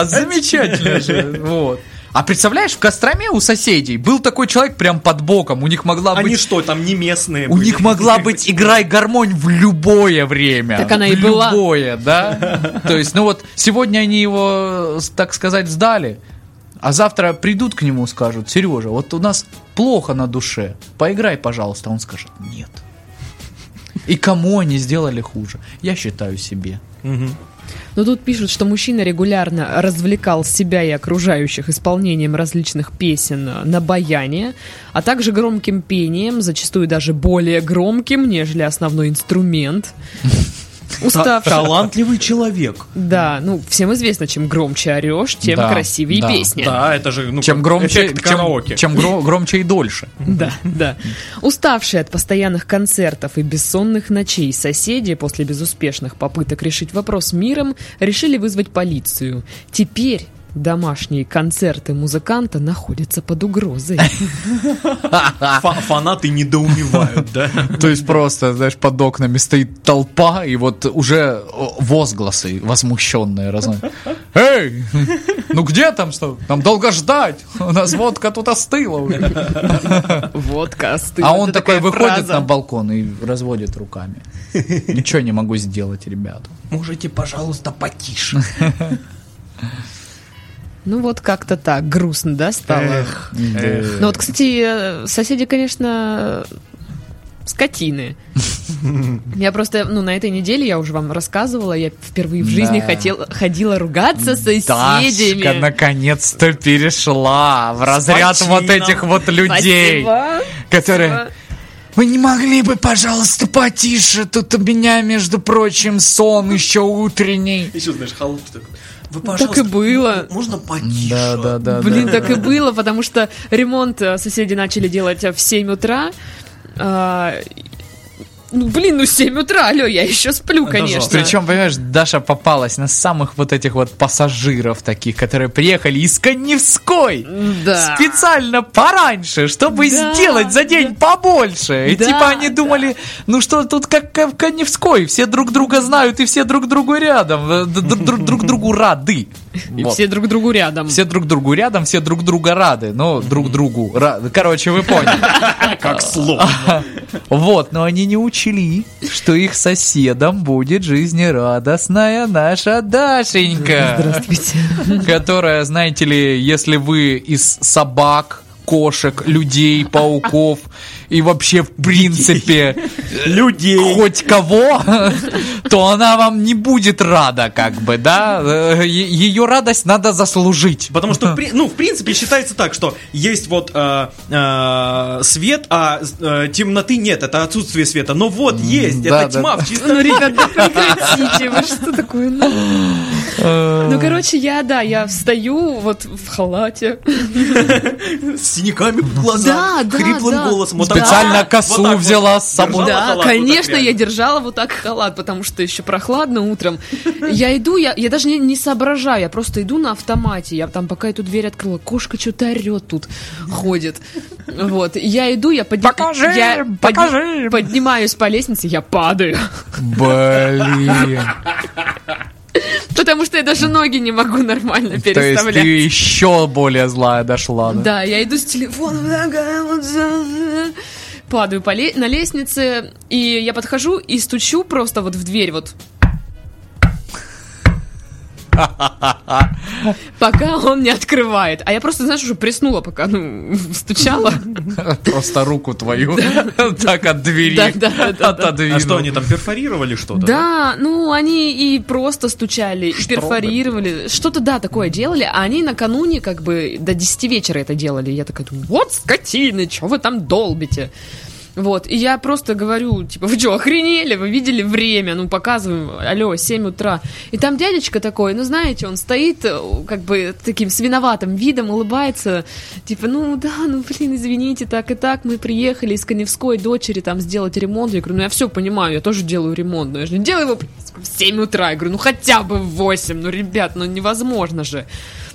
S1: А Замечательно же. Вот. А представляешь, в Костроме у соседей был такой человек прям под боком. У них могла
S2: Они
S1: быть...
S2: что, там не местные
S1: У
S2: были?
S1: них
S2: [laughs]
S1: могла быть играй гармонь в любое время.
S3: Так она
S1: В
S3: и была.
S1: Любое,
S2: [laughs]
S1: да. То есть, ну вот, сегодня они его, с- так сказать, сдали, а завтра придут к нему, скажут, Сережа, вот у нас плохо на душе, поиграй, пожалуйста. Он скажет, нет. И кому они сделали хуже? Я считаю себе.
S2: Мгм.
S3: Но тут пишут, что мужчина регулярно развлекал себя и окружающих исполнением различных песен э, на баяне, а также громким пением, зачастую даже более громким, нежели
S1: [laughs]
S3: основной инструмент.
S1: Та-
S3: Уставший.
S1: Талантливый человек.
S3: Да, ну всем известно, чем громче орешь, тем
S1: Да,
S3: красивее
S1: да,
S3: песня.
S2: Да, это же, ну,
S1: Чем
S2: как
S1: громче,
S2: эффект
S1: чем,
S2: караоке.
S1: чем гро- громче и дольше.
S3: Да, да. Уставшие от постоянных концертов и бессонных ночей соседи после безуспешных попыток решить вопрос миром решили вызвать полицию. Теперь домашние концерты музыканта находятся под угрозой.
S2: Фа-
S1: [laughs]
S2: Фанаты недоумевают, да?
S1: То есть просто, знаешь, под окнами стоит толпа, и вот уже о, возгласы возмущенные разные. Эй, ну где там что? Нам долго ждать, у нас водка тут остыла уже.
S3: Водка остыла.
S1: А он
S3: Это
S1: такой
S3: такая
S1: выходит
S3: фраза.
S1: на балкон и разводит руками. Ничего не могу сделать, ребята.
S2: Можете, пожалуйста, потише.
S3: Ну вот как-то так, грустно, да, стало?
S2: Эх.
S3: Ну вот, кстати, э, соседи, конечно, э, скотины. Я просто, ну, на этой неделе я уже вам рассказывала, я впервые в жизни
S1: Да.
S3: хотела, ходила ругаться с соседями.
S1: Дашка наконец-то перешла в разряд
S2: почином.
S1: вот этих вот людей,
S3: Спасибо.
S1: которые...
S3: Спасибо.
S1: Вы не могли бы, пожалуйста, потише? Тут у меня, между прочим, сон еще утренний.
S2: Еще, знаешь, халуп такой. Вы,
S3: Так и было.
S2: можно потише?
S1: Да, да, да.
S3: Блин,
S1: да.
S3: так и было, потому что ремонт э, соседи начали делать э, в 7 утра. А, Ну, блин, ну 7 утра, алло, я еще сплю,
S2: Это
S3: конечно.
S2: жестко.
S1: Причем, понимаешь, Даша попалась на самых вот этих вот пассажиров таких, которые приехали из Коневской.
S3: Да.
S1: Специально пораньше, чтобы
S3: Да,
S1: сделать за день побольше. И
S3: Да,
S1: типа они
S3: да.
S1: думали, ну что тут как в Коневской, все друг друга знают и все друг другу рядом, э, д- друг, друг- друг другу рады.
S3: И
S1: Вот.
S3: все друг другу рядом.
S1: Все друг другу рядом, все друг друга рады. Ну, друг другу. ра- Короче, вы поняли.
S3: А,
S2: Как слово.
S1: Вот, но они не учли, что их соседом будет жизнерадостная наша Дашенька.
S3: Здравствуйте.
S1: Которая, знаете ли, если вы из собак, кошек, людей, пауков и вообще, в принципе,
S2: Людей.
S1: хоть кого, то она вам не будет рада, как бы, да? Э, е- Ее радость надо заслужить.
S2: Потому что, в при- ну, в принципе, считается так, что есть вот э, э, свет, а э, темноты нет, это отсутствие света. Но вот есть,
S1: да,
S2: это
S1: да,
S2: тьма
S1: да.
S2: в чистом
S3: Ну, ребят, да прекратите, вы что такое? Ну, Ну, короче, я, да, я встаю вот в халате.
S2: с синяками в глазах,
S3: Да, да,
S2: хриплым
S3: да.
S2: голосом. вот так
S1: Специально
S2: вот, вот
S1: косу
S2: так вот.
S1: взяла с собой.
S2: Держала
S3: Да,
S2: халат вот так
S3: конечно,
S2: реально.
S3: я держала вот так халат, потому что еще прохладно утром. Я иду, я, я даже не, не соображаю, я просто иду на автомате. Я там, пока эту дверь открыла, кошка что-то орет тут, ходит. Вот, я иду, я, подни-
S1: Покажи
S3: я
S1: им,
S3: подни-
S1: покажи им.
S3: поднимаюсь по лестнице, я падаю. [laughs]
S1: Блин.
S3: Потому что я даже ноги не могу нормально
S1: То есть ты
S3: переставлять.
S1: еще более злая дошла, да?
S3: Да, я иду с телефоном, такая вот, э, э, падаю по ле- на лестнице, и я подхожу и стучу просто вот в дверь вот. Пока он не открывает. А я просто, знаешь, уже приснула, пока, ну, стучала.
S1: Просто руку твою так от двери
S3: Да, да, да, да.
S1: отодвинул.
S2: А что, они там перфорировали что-то?
S3: Да, ну, они и просто стучали, и перфорировали. Что-то, да, такое делали. А они накануне, как бы, до 10 вечера это делали. И Я такая думаю, вот скотины, что вы там долбите? Вот, и я просто говорю, типа, вы что, охренели? Вы видели время? Ну, показываем, алло, 7 утра. И там дядечка такой, ну, знаете, он стоит, э, как бы, таким с виноватым видом, улыбается, типа, ну, да, ну, блин, извините, так и так, мы приехали из Коневской дочери там сделать ремонт. Я говорю, ну, я все понимаю, я тоже делаю ремонт, но я же не делаю его блин, в 7 утра. Я говорю, ну, хотя бы в 8, ну, ребят, ну, невозможно же.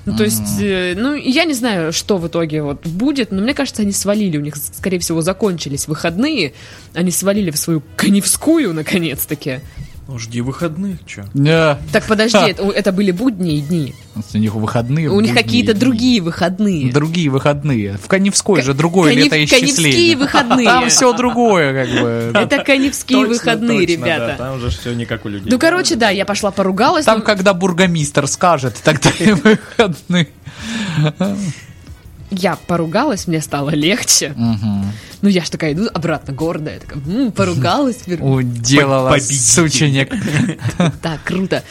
S3: Ну, то есть, э, ну, я не знаю, что в итоге вот будет, но мне кажется, они свалили, у них, скорее всего, закончились выходные, они свалили в свою Коневскую, наконец-таки.
S2: Ну, жди выходных, че.
S1: Да.
S3: Так, подожди, это, это были будние дни,
S1: У них выходные.
S3: у них
S1: будние
S3: какие-то
S1: дни.
S3: другие выходные.
S1: Другие выходные. В Коневской
S3: К-
S1: же другое
S3: Конев-
S1: летоисчисление.
S3: коневские выходные.
S1: Там все другое, как бы.
S3: Это Коневские выходные, ребята.
S2: там же все не как у людей.
S3: Ну, короче, да, я пошла поругалась.
S1: Там,
S3: ну,
S1: когда бургомистр скажет, тогда и выходные.
S3: Я поругалась, мне стало легче.
S1: Мгм.
S3: Ну, я ж такая иду обратно гордая, такая,
S1: [laughs]
S3: «М, поругалась, верну.
S1: Уделала
S2: Победитель.
S1: сученик.
S3: Так, круто.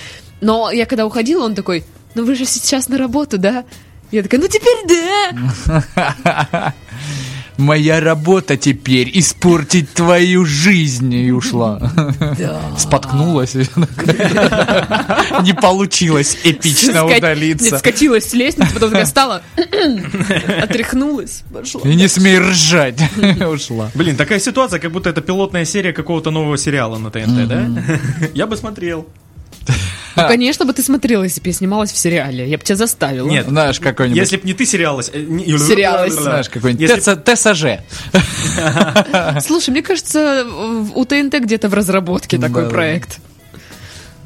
S3: Но я когда уходила, он такой, ну вы же сейчас на работу, да? Я такая, ну теперь
S1: [laughs]
S3: да.
S1: Моя работа теперь испортить твою жизнь. И ушла. Споткнулась. Не получилось эпично
S3: Скат- Нет,
S1: удалиться.
S3: скатилась с лестницы, потом такая
S1: [laughs]
S3: стала, отряхнулась, пошла.
S1: И не смей ржать. [laughs] Ушла.
S2: Блин, такая ситуация, как будто это пилотная серия какого-то нового сериала на ТНТ, да? [laughs] Я бы смотрел.
S3: Ну, конечно бы ты смотрела, если бы я снималась в сериале. Я бы тебя заставила.
S2: Нет.
S1: Знаешь, какой-нибудь...
S2: Если б не ты сериалась... э, не-
S3: Сериалась.
S1: Знаешь, какой-нибудь
S2: Если б-
S1: ТС- ТСЖ.
S3: Слушай, мне кажется, в- у ТНТ где-то в разработке такой
S1: Да.
S3: проект.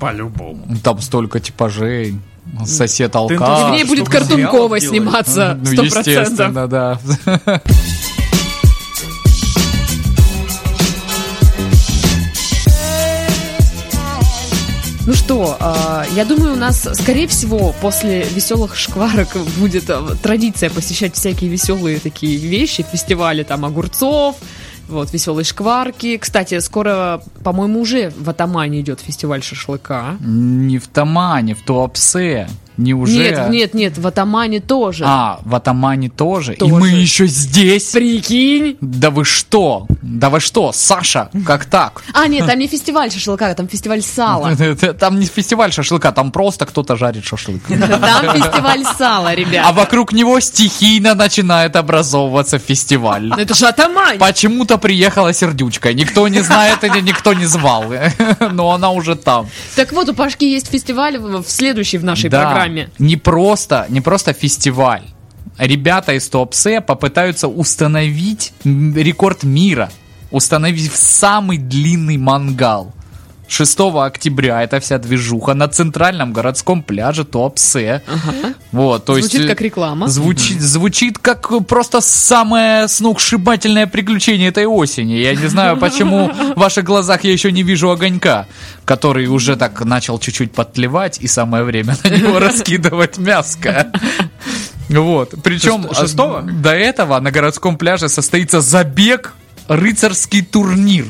S2: По-любому.
S1: Там столько типажей. Сосед
S2: А,
S3: И в
S1: алкаш.
S3: ней
S2: чтобы
S3: будет
S2: сериалов
S3: Картункова
S2: делать.
S3: сниматься,
S1: Ну,
S3: сто процентов.
S1: естественно, да.
S3: Ну что, а, я думаю, у нас, скорее всего, после веселых шкварок будет а, традиция посещать всякие веселые такие вещи, фестивали там огурцов, вот, веселые шкварки. Кстати, скоро, по-моему, уже в Атамане идет фестиваль шашлыка.
S1: Не в Тамане, в Туапсе. Не уже.
S3: Нет, нет, нет, в Атамане тоже.
S1: А, в Атамане тоже. И
S3: Тоже.
S1: мы еще здесь.
S3: Прикинь!
S1: Да вы что? Да вы что, Саша? Как так?
S3: А, нет, там не фестиваль шашлыка, там фестиваль сала.
S1: [laughs] Там не фестиваль шашлыка, там просто кто-то жарит шашлык.
S3: Там фестиваль сала,
S1: А
S3: ребят.
S1: вокруг него стихийно начинает образовываться фестиваль.
S3: Ну это же Атамань!
S1: Почему-то приехала сердючка. Никто не знает или никто не звал. [laughs] Но она уже там.
S3: Так вот, у Пашки есть фестиваль в в следующей в нашей
S1: Да,
S3: программе.
S1: Не просто, не просто фестиваль. Ребята из Туапсе попытаются установить м, рекорд мира, установив самый длинный мангал. 6 октября эта вся движуха на центральном городском пляже Туапсе. Вот, то
S3: Звучит
S1: есть,
S3: как реклама.
S1: Звучит, звучит как э, просто самое сногсшибательное приключение этой осени. Я не знаю, почему в ваших глазах я еще не вижу огонька, который уже так начал чуть-чуть подтлевать, и самое время на
S3: [laughs]
S1: него раскидывать мяско. Вот. Причем
S2: Шест- шестого?
S1: до этого на городском пляже состоится забег рыцарский турнир.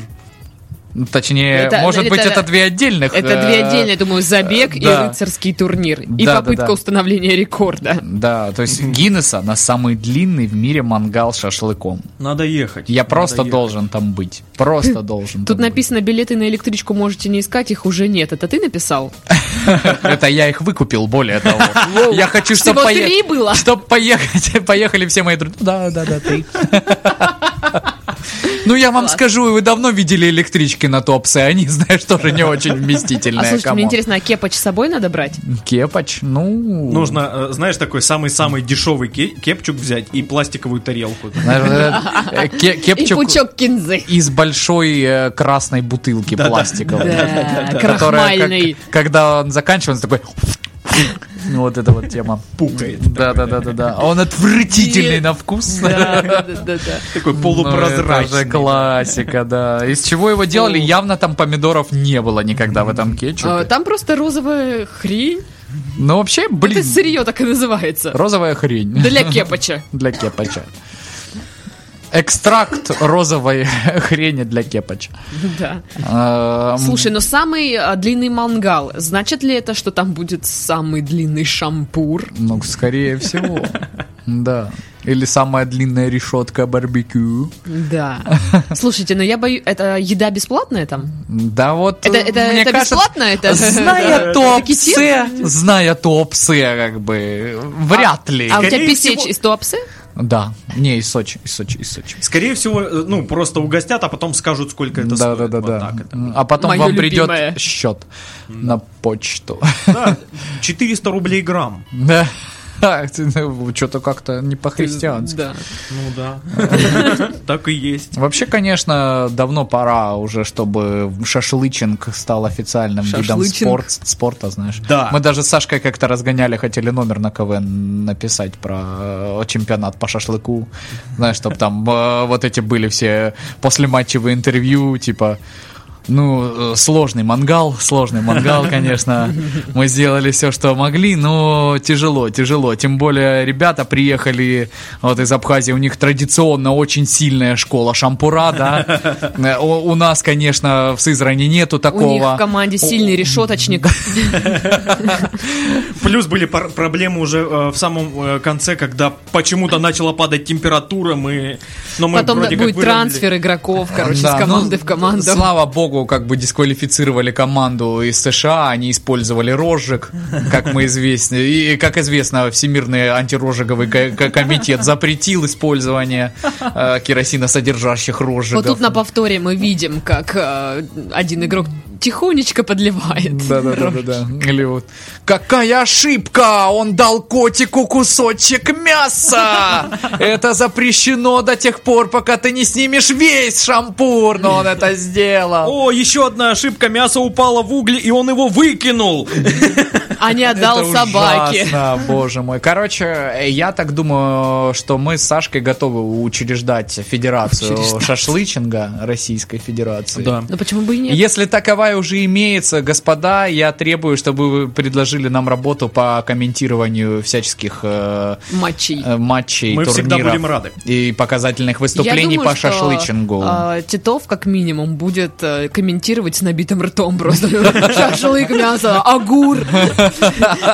S1: Ну, Точнее,
S3: Это-
S1: может быть,
S3: это-
S1: это две отдельных.
S3: Это две
S1: э,
S3: отдельные, я думаю, забег и
S1: да.
S3: рыцарский турнир. И
S1: Да, да,
S3: попытка
S1: да.
S3: установления рекорда.
S1: Да, то
S3: [laughs]
S1: есть Гиннеса на самый длинный в мире мангал с шашлыком.
S2: Надо ехать.
S1: Я
S2: Надо
S1: просто
S2: ехать.
S1: должен там быть.
S3: [laughs]
S1: Просто должен.
S3: Тут
S1: там
S3: написано, билеты на электричку можете не искать, их уже нет. Это ты написал?
S1: быть. [laughs] Это я их выкупил, более
S3: [laughs]
S1: того. Я хочу, чтобы
S3: Всего три было. А,
S1: Чтоб поехать, [laughs] поехали все мои друзья. Да, да, да,
S3: [laughs]
S1: ты. Ну, я вам
S3: Класс.
S1: скажу, вы давно видели электрички на Топсе, они, знаешь, тоже не очень
S3: А
S1: вместительные.
S3: слушайте, мне
S1: камон.
S3: интересно, а кепач с собой надо брать?
S1: Кепач, ну...
S2: Нужно, э, знаешь, такой самый-самый дешевый ке- кепчук взять и пластиковую тарелку.
S3: [laughs]
S1: Знаешь, э, э, ке-
S3: И
S1: Кепчук
S3: пучок кинзы.
S1: из большой э, красной бутылки пластиковой.
S3: Да,
S1: которая, как- [laughs]
S3: крахмальный.
S1: когда он заканчивается, такой... Ну, вот эта вот тема.
S2: Пукает.
S1: [laughs] Да, да, да, да, да. Он отвратительный
S3: И-
S1: на вкус.
S3: Да, да, да, да.
S2: Такой
S1: Ну, это же
S2: полупрозрачный.
S1: классика, да. Из чего его делали, явно там помидоров не было никогда в этом
S3: А,
S1: кетчупе.
S3: Там просто розовая хрень.
S1: Ну, вообще,
S3: Это
S1: блин,
S3: сырье так и называется.
S1: розовая хрень
S3: Для кепача.
S1: [laughs] для кепача. Экстракт розовой [laughs] хрени для кепача.
S3: [laughs] Да.
S1: Эм,
S3: Слушай, но самый а, длинный мангал, значит ли это, что там будет самый длинный шампур?
S1: Ну, скорее всего. Да. Или самая длинная решетка барбекю.
S3: Да. [laughs] Слушайте, но я боюсь, это еда бесплатная там?
S1: Да вот.
S3: Это,
S1: э,
S3: это,
S1: мне
S3: это
S1: кажется, [laughs]
S3: бесплатно? Это, [laughs]
S1: Зная
S3: пакетированное?
S1: топсы, зная топсы, как бы, вряд ли.
S3: А у тебя
S2: Скорее
S3: писечь
S2: всего-
S3: из туапсы?
S1: Да, не, из Сочи, из Сочи, из Сочи.
S2: Скорее всего, э, ну, просто угостят, а потом скажут, сколько это
S1: Да,
S2: стоит.
S1: да, да,
S2: Вот
S1: да.
S2: так это.
S1: А потом
S3: Моё
S1: вам
S3: любимое.
S1: придет счет на почту. [laughs]
S2: Да, 400 рублей грамм.
S1: Да. [laughs] Что-то как-то не по-христиански.
S3: Да.
S2: Ну да. [laughs] Так и есть.
S1: Вообще, конечно, давно пора уже, чтобы шашлычинг стал официальным видом
S3: Шашлычинг.
S1: спорт- спорта, знаешь.
S2: Да.
S1: Мы даже с Сашкой как-то разгоняли, хотели номер на КВН написать про э, чемпионат по шашлыку. Знаешь, чтобы там э, вот эти были все послематчевые интервью, типа... Ну, э, сложный мангал, сложный
S3: [laughs]
S1: мангал, конечно. Мы сделали все, что могли, но тяжело, тяжело. Тем более ребята приехали вот из Абхазии, у них традиционно очень сильная школа шампура,
S3: [laughs]
S1: да. Э, У, у нас, конечно, в Сызрани нету
S3: У них
S1: такого.
S3: в команде сильный решеточник.
S1: [laughs]
S2: Плюс были пар- проблемы уже э, в самом э, конце, когда почему-то начала падать температура, мы... Но мы
S3: Потом
S2: вроде как
S3: будет
S2: выровняли.
S3: трансфер игроков, короче,
S1: Да,
S3: с
S1: ну,
S3: команды в команду.
S1: Слава богу, как бы дисквалифицировали команду из США, они использовали розжиг, как мы известны. И, как известно, Всемирный антирожиговый ко- ко- комитет запретил использование э, керосиносодержащих розжигов.
S3: Вот тут на повторе мы видим, как э, один игрок тихонечко подливает.
S1: да, да, да, да, да. Или вот Какая ошибка! Он дал котику кусочек мяса! Это запрещено до тех пор, пока ты не снимешь весь шампур, но он это сделал.
S2: О, еще одна ошибка, мясо упало в угли, и он его выкинул.
S3: А не отдал
S1: Это
S3: собаке.
S1: ужасно, боже мой. Короче, я так думаю, что мы с Сашкой готовы учреждать федерацию
S3: Учреждать.
S1: шашлычинга Российской Федерации.
S3: Ну почему бы и нет?
S1: Если таковая уже имеется, господа, я требую, чтобы вы предложили нам работу по комментированию всяческих э,
S3: Мочи.
S1: э, матчей,
S2: Мы всегда
S1: турниров
S2: будем рады.
S1: и показательных выступлений
S3: Я думаю,
S1: по
S3: что,
S1: шашлычингу.
S3: а, Титов, как минимум, будет э, комментировать с набитым ртом просто. [laughs] Шашлык, мясо, огур, [laughs]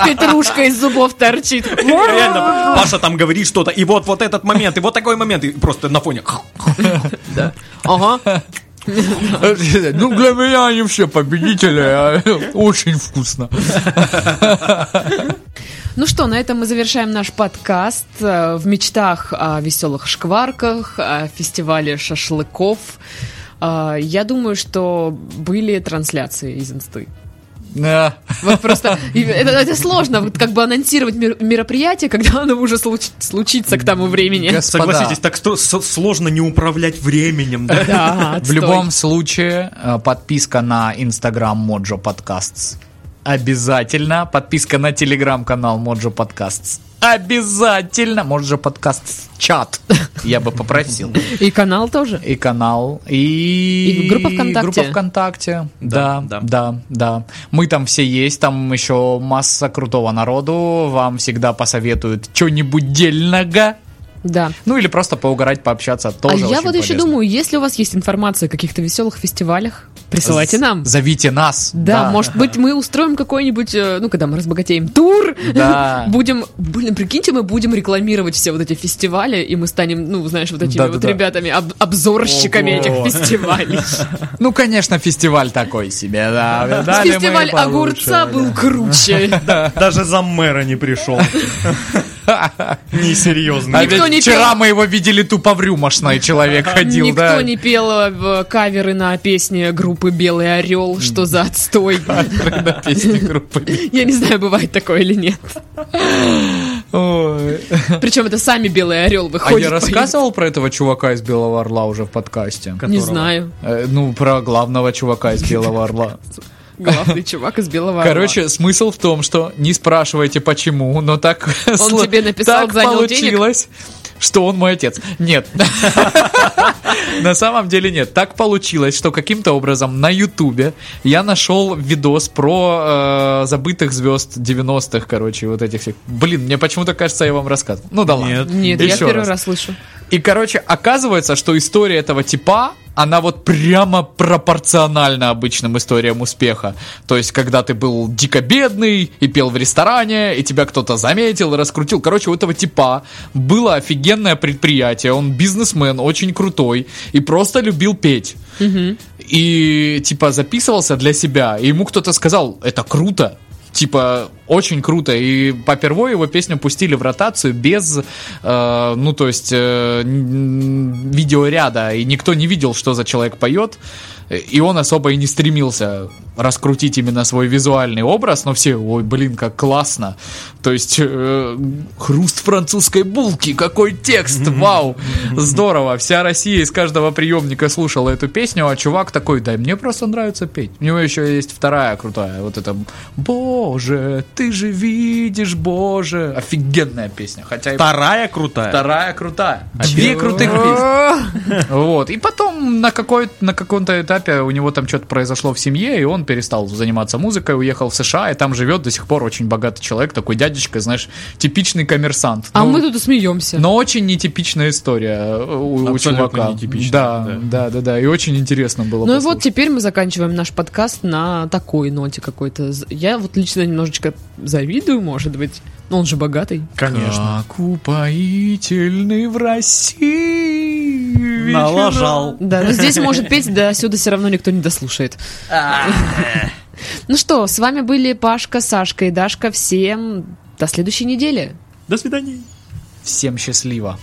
S3: петрушка из зубов торчит.
S2: Реально, Паша там говорит что-то, и вот вот этот момент, и вот такой момент, и просто на фоне.
S3: Ага.
S1: [laughs] Ну, для меня они все победители, а, [laughs] очень вкусно.
S3: Ну что, на этом мы завершаем наш подкаст э, в мечтах о веселых шкварках, о фестивале шашлыков. Э, Я думаю, что были трансляции из инсты.
S1: Да.
S3: Вот просто и это, это сложно, вот как бы анонсировать мер- мероприятие, когда оно уже случ- случится к тому времени.
S1: Господа.
S2: Согласитесь, так сто- со- сложно не управлять временем, да?
S3: Да,
S1: В
S3: отстой.
S1: любом случае, э, подписка на Инстаграм Моджо Подкастс. Обязательно. Подписка на телеграм-канал Моджо Подкастс. Обязательно. Моджо Подкастс
S3: [laughs]
S1: чат. Я бы попросил.
S3: И канал тоже.
S1: И канал, и...
S3: И группа ВКонтакте.
S1: группа ВКонтакте. Да, да,
S2: да.
S1: да, Мы там все есть, там еще масса крутого народу. Вам всегда посоветуют что-нибудь дельного.
S3: Да.
S1: Ну или просто поугарать, пообщаться. Тоже
S3: а я
S1: очень
S3: вот еще
S1: полезно.
S3: думаю, если у вас есть информация о каких-то веселых фестивалях, присылайте
S1: З-
S3: нам.
S1: Зовите нас.
S3: Да, может быть, мы устроим какой-нибудь, э, ну, когда мы разбогатеем, тур.
S1: Да.
S3: [laughs] Будем, блин, прикиньте, мы будем рекламировать все вот эти фестивали, и мы станем, ну, знаешь, вот этими вот
S1: Да-да-да.
S3: ребятами, об-
S1: Ого.
S3: обзорщиками этих фестивалей.
S1: Ну, конечно, фестиваль такой себе, да. [laughs] Дали мы
S3: Фестиваль
S1: получше, да.
S3: огурца был круче.
S2: [laughs] Даже за мэра не [laughs] пришел.
S1: А
S2: Несерьезно.
S1: ведь
S3: Никто не
S1: вчера
S3: пел.
S1: мы его видели тупо в рюмошной, человек ходил,
S3: [laughs] Никто
S1: да.
S3: не пел э, каверы на песни группы «Белый орел», что за
S1: [laughs]
S3: отстой.
S1: На песни группы.
S3: Я не знаю, бывает такое или нет.
S1: Ой.
S3: Причем это сами «Белый орел»
S1: А
S3: выходят.
S1: я
S3: поют.
S1: рассказывал про этого чувака из Белого Орла уже в подкасте?
S3: Не знаю.
S1: Э, Ну, про главного чувака из Белого Орла.
S3: Главный чувак из Белого Орла.
S1: Короче, смысл в том, что не спрашивайте почему, но так сло-
S3: тебе написал,
S1: так
S3: занял денег?
S1: получилось, что он мой отец. Нет. [laughs] На самом деле нет. Так получилось, что каким-то образом на Ютубе я нашел видос про э, забытых звезд 90-х, короче, вот этих всех. Блин, мне почему-то кажется, я вам рассказывал. Ну да ладно.
S2: Нет.
S3: Нет, я
S1: Еще
S3: первый раз.
S1: раз.
S3: слышу.
S1: И, короче, оказывается, что история этого типа, она вот прямо пропорциональна обычным историям успеха. То есть, когда ты был дико бедный и пел в ресторане, и тебя кто-то заметил, раскрутил. Короче, у этого типа было офигенное предприятие, он бизнесмен, очень крутой, и просто любил петь. И, типа, записывался для себя, и ему кто-то сказал, это круто, типа очень круто и попервой его песню пустили в ротацию без э, ну то есть э, н- видеоряда и никто не видел что за человек поет и он особо и не стремился раскрутить именно свой визуальный образ, но все, ой, блин, как классно. То есть э, хруст французской булки, какой текст, вау, здорово. Вся Россия из каждого приемника слушала эту песню, а чувак такой, да, мне просто нравится петь. У него еще есть вторая крутая, вот это «Боже, ты же видишь, Боже». Офигенная песня, хотя и
S2: Вторая крутая.
S1: вторая крутая.
S2: А
S1: Две крутых песни. Вот. И потом на, какой, на каком-то этапе у него там что-то произошло в семье, и он перестал заниматься музыкой, уехал в США, и там живет до сих пор очень богатый человек, такой дядечка, знаешь, типичный коммерсант.
S3: А
S1: Ну,
S3: мы тут и смеемся.
S1: но очень нетипичная история э, у, у
S2: Абсолютно
S1: чувака.
S2: нетипичная,
S1: да,
S2: да.
S1: да, да, да, И очень интересно было
S3: Ну и вот
S1: послушать.
S3: теперь мы заканчиваем наш подкаст на такой ноте какой-то. З- Я вот лично немножечко завидую, может быть. Но он же богатый.
S2: Конечно.
S1: Как упоительный в России вечера.
S2: Налажал.
S3: Да, но здесь может петь, да, сюда все равно никто не дослушает. Ну что, с вами были Пашка, Сашка и Дашка. Всем до следующей недели.
S2: До свидания.
S1: Всем счастливо.